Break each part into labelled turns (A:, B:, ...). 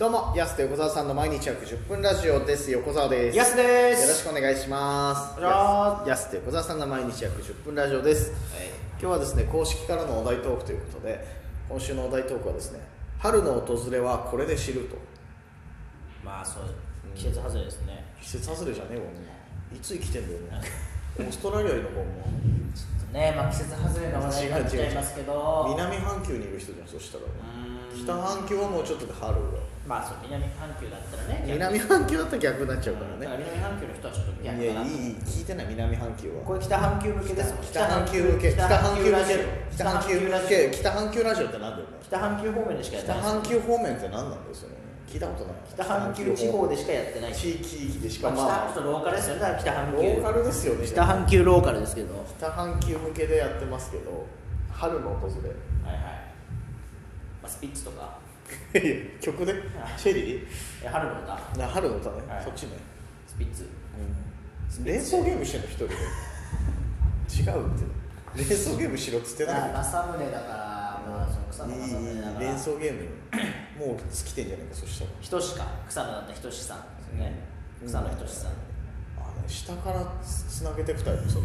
A: どうも、やすと横澤さんの毎日約10分ラジオです。横澤です。
B: やすで
A: よ
B: す
A: ろしくお願いします。
B: お願いしま
A: やすやすと横澤さんの毎日約10分ラジオです。今日はですね、公式からのお題トークということで、今週のお題トークはですね、春の訪れはこれで知ると。
B: まあそう季節外れですね、
A: 季節外れじゃねえもんいつ生きてんだよね。オーストラリアの方も。
B: ちょっとねまあ季節外れの話題になっちゃいますけど
A: 南半球にいる人じゃん、そしたら。
B: うーん
A: 北半球はもうちょっとで春が。
B: まあそう南半球だったらね
A: 南半球だったら逆になっちゃうから
B: だ
A: ね。
B: 南半球の人はちょっと
A: い
B: 逆
A: や、い
B: か
A: い、いい
B: な、
A: 聞いてない、南半球は。
B: これ北半球向けです
A: 北半球向け北半球向け北半球
B: ラ
A: 向
B: ジ
A: け
B: オ
A: 北半球ラジオってなんだよね
B: 北半球方面でしかやって
A: 北
B: ない
A: 半球方面って何なんですよね聞いたことない
B: 北半球地方でしかやってない
A: 地域でし
B: ま
A: か
B: あ、
A: まあ
B: 北ローカルですよねだから北半
A: ロ
B: 球
A: ーカルですよね
B: 北半球ローカルですけどは
A: 北半球向けでやってますけど春の訪
B: いはい、まあ、スピッツとか
A: れいや 曲でチェリ
B: え春の歌
A: ーな春の歌ね、
B: はい
A: そっちね、
B: スピッツ
A: 連想ゲームしてんの一 人で違うって連想ゲームしろっつってない
B: あ政宗だから、まあ、その草
A: い
B: の
A: いいい
B: 政宗だから
A: 連想ゲームもう尽きてんじゃないかそしたら
B: 人しか草野だった人志さんですよね、
A: うん
B: 草野人志さん、
A: あの下からつなげてくタイプその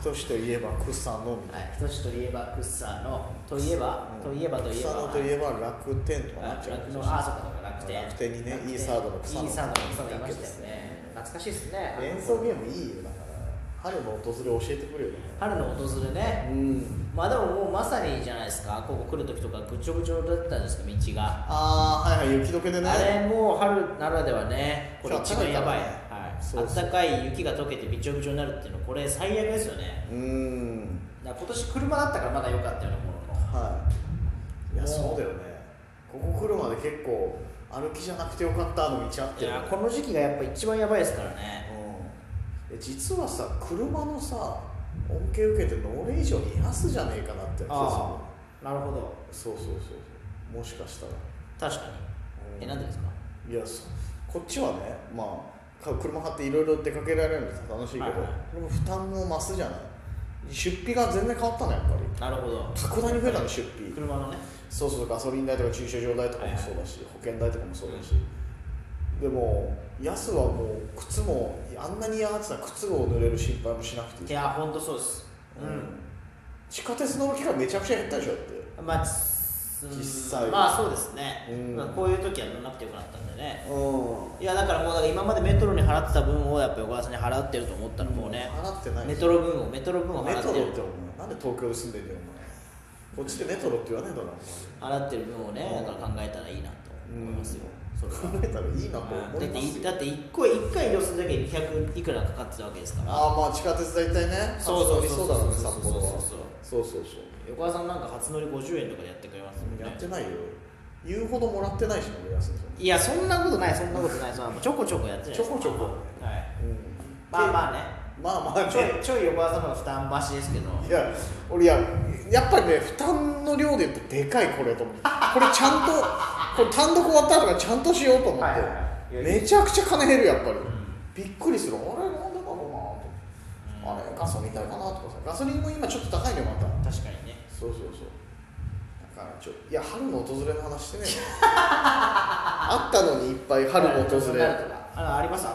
A: 人しといえば草野みたい
B: はい、人志といえば草野といえば、
A: な、
B: といえばといえば
A: 草野といえば楽天とかな
B: あ
A: っちゃう
B: 楽のあそうかそうか楽天
A: 楽天にねいいサードの草野
B: いいサードの草野いましたよね懐かしいですね
A: 連想ゲームいいよだから春の訪れ教えてくれよだか
B: 春の訪れ
A: ら
B: ね、
A: うん
B: まあでももうまさにじゃないですかここ来る時とかぐちょぐちょだったんですか道が、
A: ああはいはい雪解けでね
B: あれもう春ならではねこれ一番やばい、
A: 今日暖かいからね
B: はい、
A: そうそう
B: 暖かい雪が溶けてびちょびちょになるっていうのこれ最悪ですよね
A: うーん
B: だから今年車だったからまだ良かったようなものの
A: はいいや
B: もう
A: そうだよねここ来るまで結構歩きじゃなくてよかったあの道あっ
B: い
A: てる
B: やこの時期がやっぱ一番やばいですからね
A: うんえ実はさ車のさ恩恵受けて乗れ以上に安じゃねえかなって気が
B: あなるほど
A: するそうそうそうそうもしかしたら
B: 確か
A: うん
B: にえなんでですか
A: いやそこっちはねまあか車買っていろいろ出かけられるの楽しいけど、
B: はいはい
A: でも負担も増すじゃない出費が全然変わったのやっぱり
B: なるほど
A: 格段に増えたの出費
B: 車のね
A: そうそうガソリン代とか駐車場代とかもそうだし、保険代とかもそうだし、でもヤスはもう靴もあんなに嫌がってたら靴を濡れる心配もしなくていい
B: いやほんとそうです
A: うん地下鉄乗る機会めちゃくちゃ減ったでしょだって
B: うんまあつうん
A: 実際
B: まあそうですね、
A: うん
B: まあ、こういう時は乗らなくてよくなったんでね
A: う
B: いやだからもうだから今までメトロに払ってた分をやっぱ横田さんに払ってると思ったらもうね
A: 払ってない
B: メトロ分をメトロ分を
A: メ
B: 払
A: トロ
B: っ
A: ってて
B: る
A: お前なんで東京で住んでんだよお前こっちでメトロって言わねえだろ
B: 払ってる分をね
A: うん
B: だから考えたらいいなと思いますよ、それは
A: お前考えたらいいなと
B: だっ
A: 思
B: て
A: います
B: い
A: よ
B: だって一個一回要するだけで200いくらかかってたわけですから
A: ああまあ地下鉄大体ね
B: そうそう
A: そ
B: そうう
A: だ
B: そ
A: ろ
B: う
A: うね
B: そ
A: 札
B: う
A: 幌は
B: そ
A: そうそ
B: う
A: うそう
B: 横田さんなんか初乗り50円とかでやってくれますもん
A: や
B: ね
A: ってないよ言うほどもらってないしね俺安い
B: いやそんなことないそんなことないそのちょこちょこやってる
A: ちょこちょこ
B: はい
A: うん
B: まあ
A: あ
B: まあね
A: まあまあ
B: ちょ
A: ね
B: いちょい横田様の負担増しですけど
A: いや俺いややっぱりね負担の量で言ってでかいこれと思ってこれちゃん とこれ単独終わった後からちゃんとしようと思って、
B: はいはいはい
A: めちゃくちゃ金減るやっぱり、
B: ん
A: びっくりするあれなんでだろうなと、あれガソリン代かなとかさガソリンも今ちょっと高いねまた
B: 確かにね
A: そうそうそうだからちょいや春の訪れの話してねえよ あったのにいっぱい春の訪れ
B: なるとかあありますあ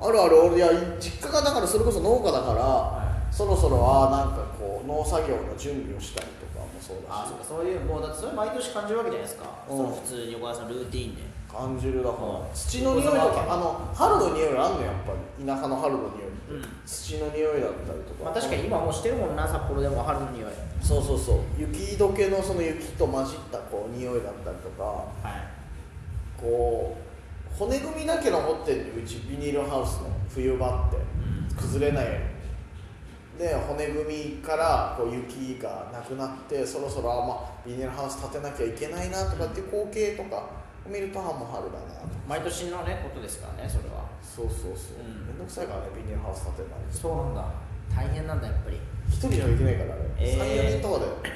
B: と
A: あるある俺いや実家がだからそれこそ農家だから、
B: は
A: そろそろああなんかこう農作業の準備をしたりとかもそうだ
B: あ
A: し
B: そうかそういうもうだってそれ毎年感じるわけじゃないですか、
A: うん
B: その普通に横川さんルーティーンで
A: 感じるだから、
B: うん
A: 土の匂いとかあの春の匂いあんのやっぱり田舎の春の匂いって、
B: うん
A: 土の匂いだったりとか、
B: まあ確かに今もうしてるもんな札幌でも春の匂いはい
A: そうそうそう雪解けのその雪と混じったこう匂いだったりとかこう骨組みだけ残ってるうちビニールハウスの冬場って
B: うん
A: 崩れないようにで骨組みからこう雪がなくなってそろそろあ、まあ、ビニールハウス建てなきゃいけないなとかっていう光景とかを見るとあもう春だなと
B: 毎年のねことですからねそれは
A: そうそうそう、
B: うん
A: めんどくさいからねビニールハウス建てるのに
B: そうなんだ大変なんだやっぱり
A: 一人じゃできないからあれ、
B: え
A: 34
B: ー
A: 人とかで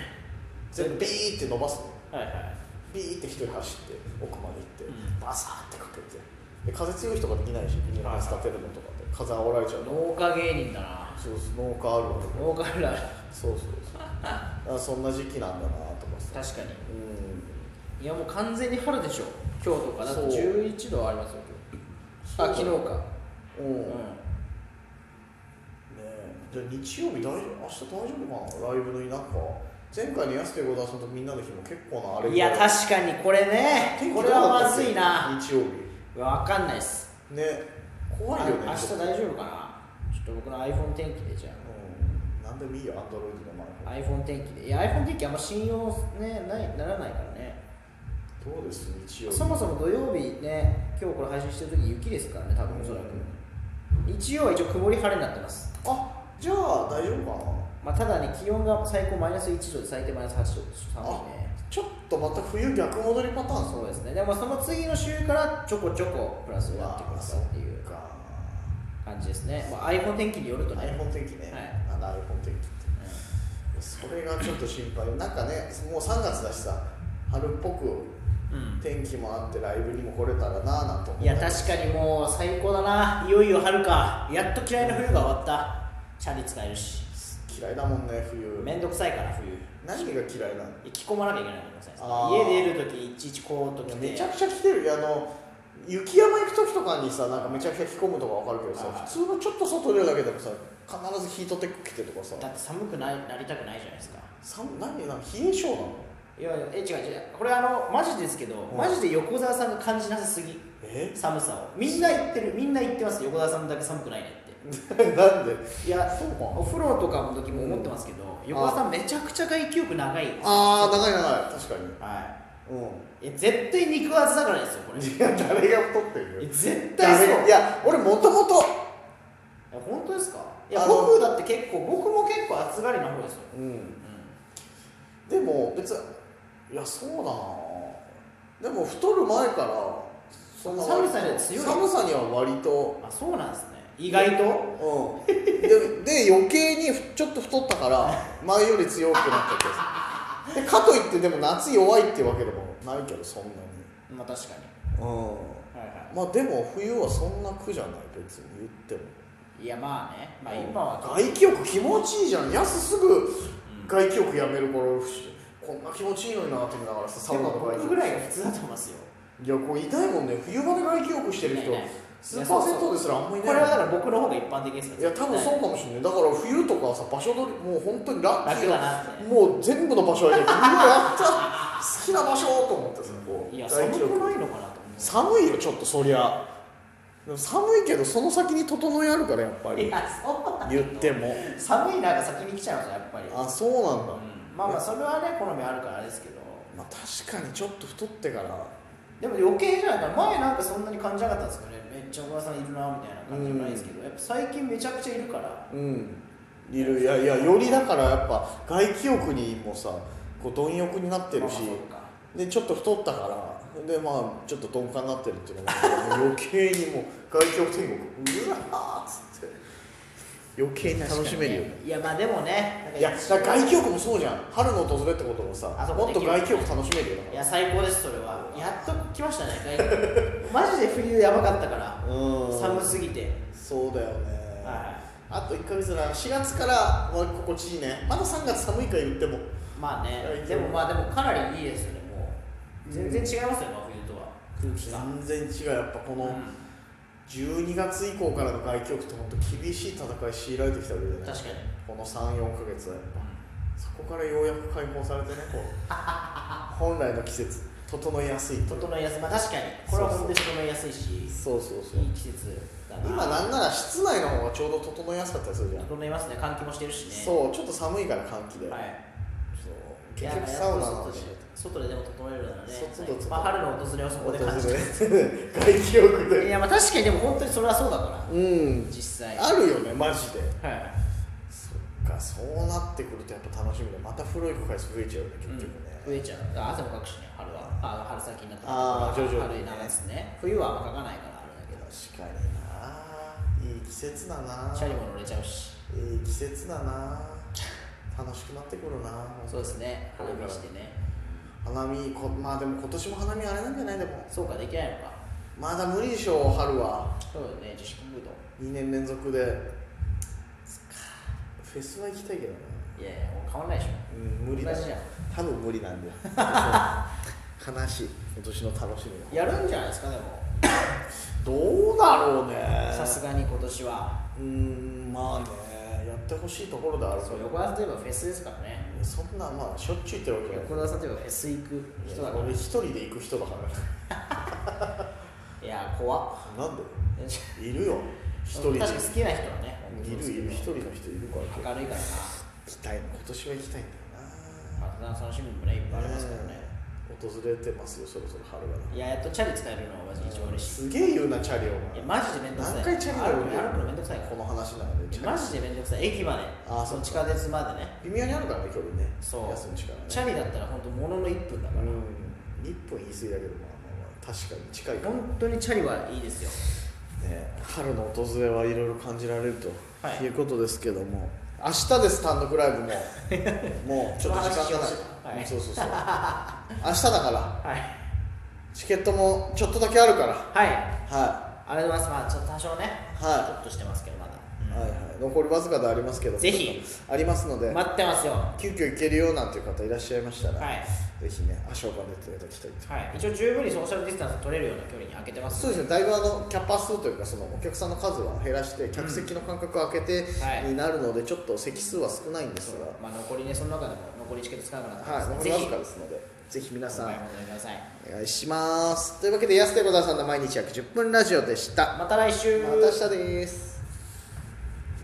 A: 全部ビーって伸ばすの
B: はいはい
A: ビーって一人走って奥まで行って、
B: うん
A: バサーってかけてで風強い人ができないしビニールハウス建てるのとかって風煽られちゃうの
B: 農家芸人だな
A: そうそう農家あるわとか
B: 農家あるある
A: そうそうそうあそんな時期なんだなとかさ
B: 確か
A: うん
B: にいやもう完全に春でしょ今日とかだって
A: そう
B: 11度ありますよ今日あ昨日か
A: うん、
B: うん
A: ねえじゃあ日曜日大丈夫明日大丈夫かなライブの田舎前回の「やすてごださんとみんなの日」も結構なあれ
B: いや確かにこれね
A: 天気
B: こ
A: どう
B: れ
A: だ
B: は
A: った
B: ま
A: っ
B: ず
A: け
B: いな
A: 日曜日
B: わかんないっす
A: ね怖いよね
B: あ明日
A: ちょっと
B: 大丈夫かなちょっと僕の iPhone 天気でじゃ
A: うん何でもいいよアンドロイドの
B: あ
A: 前
B: iPhone 天気でいや iPhone 天気あんま信用ねないならないからね
A: どうです日曜日
B: そもそも土曜日ね今日これ配信してる時雪ですからね多分おそらく日曜は一応曇り晴れになってます
A: あじゃあ大丈夫かな
B: まあただね気温が最高マイナス1度で最低マイナス8度寒いね
A: ちょっとまた冬逆戻りパターン
B: そうですねでもその次の週からちょこちょこプラスになってくるかっていう
A: か
B: 感じですね、まあ、iPhone 天気によるとね、
A: iPhone 天気ね、
B: は
A: あの iPhone 天気ってそれがちょっと心配なんかねもう3月だしさ春っぽく
B: うん
A: 天気もあってライブにも来れたらなあなんて思
B: いや確かにもう最高だないよいよ春かやっと嫌いな冬が終わったチャリ使えるし
A: に嫌いだもんね冬
B: めんどくさいから冬
A: 何が嫌いなの
B: 着込まなきゃいけないのさ
A: あー
B: 家出るときいちいちコート着て
A: めちゃくちゃ来てるいやあの雪山行く時とかにさなんかめちゃくちゃ着込むとかわかるけどさ
B: はい
A: 普通のちょっと外出るだけでもさ必ずヒートテック着てとかさ
B: だって寒くないなりたくないじゃないですか
A: さ何なんか冷え性なの
B: いやいやえ違う違うこれあのマジですけど、
A: うん
B: マジで横澤さんが感じなさすぎ
A: え
B: 寒さをみんな言ってるみんな言ってます横澤さんだけ寒くないねっ
A: なんで
B: ていや
A: そうか
B: お風呂とかの時も思ってますけど、横澤さんめちゃくちゃ外気浴長い
A: ああ長い長い確かに
B: は
A: う
B: いいや絶対肉厚だからですよこれ
A: んい や誰が太ってる
B: え
A: よ
B: 絶対そう
A: 誰がいや俺もともと
B: いや本当ですかいや
A: あの
B: 僕だって結構僕も結構暑がりな方ですよ、
A: うん
B: う
A: でも別にいやそうだなでも太る前からそんな
B: 寒さには強い
A: 寒さには割と
B: ん、あそうなんですね意外と
A: うんでで余計にふちょっと太ったから前より強くなった気がするでかといってでも夏弱いってわけでもないけどそんなに
B: まあ確か
A: うん
B: に、はいは
A: まあでも冬はそんな苦じゃない別に言っても
B: い、いやまあねまあ今はちょっと
A: 外気浴気持ちいいじゃんやすすぐ外気浴やめる頃こんな気持ちいいのになって見ながらさサウ
B: で
A: ナ
B: も
A: とか
B: 僕ぐらいが普通だと思いますよ
A: いやこれいないもんね冬場で外気浴してる人
B: いないいない
A: 数パーセントですらあんまいない
B: これはだから僕の方が一般的ですよ
A: いや多分そうかもしれないだから冬とかはさ場所取りもう本当にラッキー
B: 楽だなって
A: もう全部の場所ありてうわやった好きな場所と思ってさこう
B: いや
A: 外
B: 寒
A: 気
B: く
A: 浴
B: ないのかなと思う
A: 寒いよちょっとそりゃでも寒いけどその先に整いあるからやっぱ
B: い
A: り
B: やそうなんだ
A: 言っても
B: 寒いなんか先に来ちゃうんですよやっぱり
A: あそうなんだ、
B: うんまあまあそれはね好みあるからあれですけど
A: まあ、確かにちょっと太ってから
B: でも余計じゃないかな前なんかそんなに感じなかったんですけどねめっちゃ小川さんいるなみたいな感じじゃないですけど、やっぱ最近めちゃくちゃいるから
A: うんいるいやいやよりだからやっぱ外気浴にもさこう貪欲になってるし、
B: まあまあそうか
A: でちょっと太ったからでまあちょっと鈍感になってるっていうのが もう余計にもう外気浴天国うわーっつって余計に楽しめるよね
B: いやまあでもねなんか
A: いやだから外気浴もそうじゃん春の訪れってこともさ
B: あそうか
A: もっと外気浴楽しめるよ
B: い
A: だ
B: や
A: か
B: 最高ですそれはやっと来ましたね外国 マジで冬やばかったから
A: らうん
B: 寒すぎて
A: そうだよね、
B: は
A: あと1か月だ4月からは心地いいねまだ3月寒いから言っても
B: いまあね
A: はい
B: でもまあでもかなりいいですよねも
A: う
B: うん全然違いますよ真冬とは空気が
A: 全然違うやっぱこの、
B: うん
A: 12月以降からの外局って本当厳しい戦い強いられてきたわけじゃない
B: 確かに
A: この34か月はやっぱそこからようやく解放されてねこう 本来の季節整いやすいと
B: 整いやすいまあ確かにこれは本当に整いやすいし
A: そうそうそう
B: いい季節だな
A: 今なんなら室内の方がちょうど整いやすかったりするじゃん、
B: 整いますね換気もしてるしね
A: そうちょっと寒いから換気で、
B: はい
A: そう
B: いや
A: 結局サウナな
B: やっ
A: の
B: ぱ
A: で
B: 外ででも整えるからね
A: 外で整える
B: まあ春の訪れをそこで感じる
A: 訪れ外気浴
B: い
A: で
B: やまあ確かにでも本当にそれはそうだから
A: うん
B: 実際
A: あるよねマジで
B: はい
A: そっかそうなってくるとやっぱ楽しみでまた風呂行く回数増えちゃうよね結局ね、
B: 増えちゃうあ汗もかくしね春はあ春先になったら
A: あー徐々に
B: 春に流すね冬はあんまかかないからあれだけ
A: 確かにないい季節だな
B: どチャリも乗れちゃうし
A: いい季節だな楽しくなってくるな
B: そうですね
A: こ
B: 花
A: れから
B: 見してね
A: 花見こまあでも今年も花見あれなんじゃないでも
B: そうかできないのか
A: まだ無理でしょ春は
B: そうだよね自粛ムード
A: 2年連続でフェスは行きたいけどない
B: やいやもう変わんないでしょ
A: うん無理だ
B: 同じじゃん
A: 多分無理なんだよ悲しい今年の楽しみが
B: やるんじゃないですかでも
A: どうだろうね
B: さすがに今年は
A: うーんまあねやってほしいところではあるけ
B: そう
A: ど
B: 横田といえばフェスですからね
A: そんなまあしょっちゅう言ってるわけ
B: 横
A: じ
B: 田さんといえばフェス行く
A: ゃない
B: 人だから
A: 俺一人で行く人だからね
B: いや怖っ
A: なんでいるよ一人
B: 確
A: で
B: かに好きな人はね
A: いるいる一人の人いるから結構
B: 明るいか
A: 行
B: ら
A: きたいな今年は行きたいん
B: な
A: だ
B: 爆弾楽しみもねいっぱいあ
A: よな
B: りますからね
A: え訪れてますよそろそろ春が
B: いややっとチャリ使えるのはマジで一番嬉し
A: す
B: い
A: げえ言うなチャリ
B: いや
A: オが
B: マジで面倒くさい
A: 何回チャリ乗る
B: 歩く歩くの面倒くさい
A: この話なので
B: マジで面倒くさい駅まで
A: あー
B: その地
A: そっか
B: 下鉄までね
A: 微妙にあるからね距離ね
B: そう
A: 休む力ね
B: チャリだったら本当ものの1分だか
A: うん1分言い過ぎだけどまあまあまあ確かに近いからも
B: 本当にチャリはいいですよ
A: ね、春の訪れはいろいろ感じられると、
B: はい
A: い、うことですけども明日です単独ライブも もうちょっと時間がない、
B: はい
A: そうそうそう明日だから
B: はい
A: チケットもちょっとだけあるから
B: はい
A: は
B: ありがとうございますまあちょっと多少ね
A: はい
B: ちょっとしてますけどまだ
A: い、はいはい残りわずかではありますけど
B: ぜひ
A: ありますので、
B: 待ってますよは
A: 急遽行けるよなんていう方いらっしゃいましたら、
B: い
A: ぜひね足を運んでいただきたいと
B: はい一応十分にソーシャルディスタンス取れるような距離に開けてます
A: そうですね、だいぶあのキャパ数というかそのお客さんの数は減らして客席の間隔を空けて
B: はい
A: になるのでちょっと席数は少ないんですが、
B: まあ残りねその中でも残りチケット使うから
A: はい、残り
B: ぜ
A: わ
B: ひ
A: ずかですので、ぜひ皆さ
B: お
A: ん
B: 買い求めください
A: お願いします。というわけで、安手小沢さんの毎日約10分ラジオでした。ま
B: また来週
A: た明日です。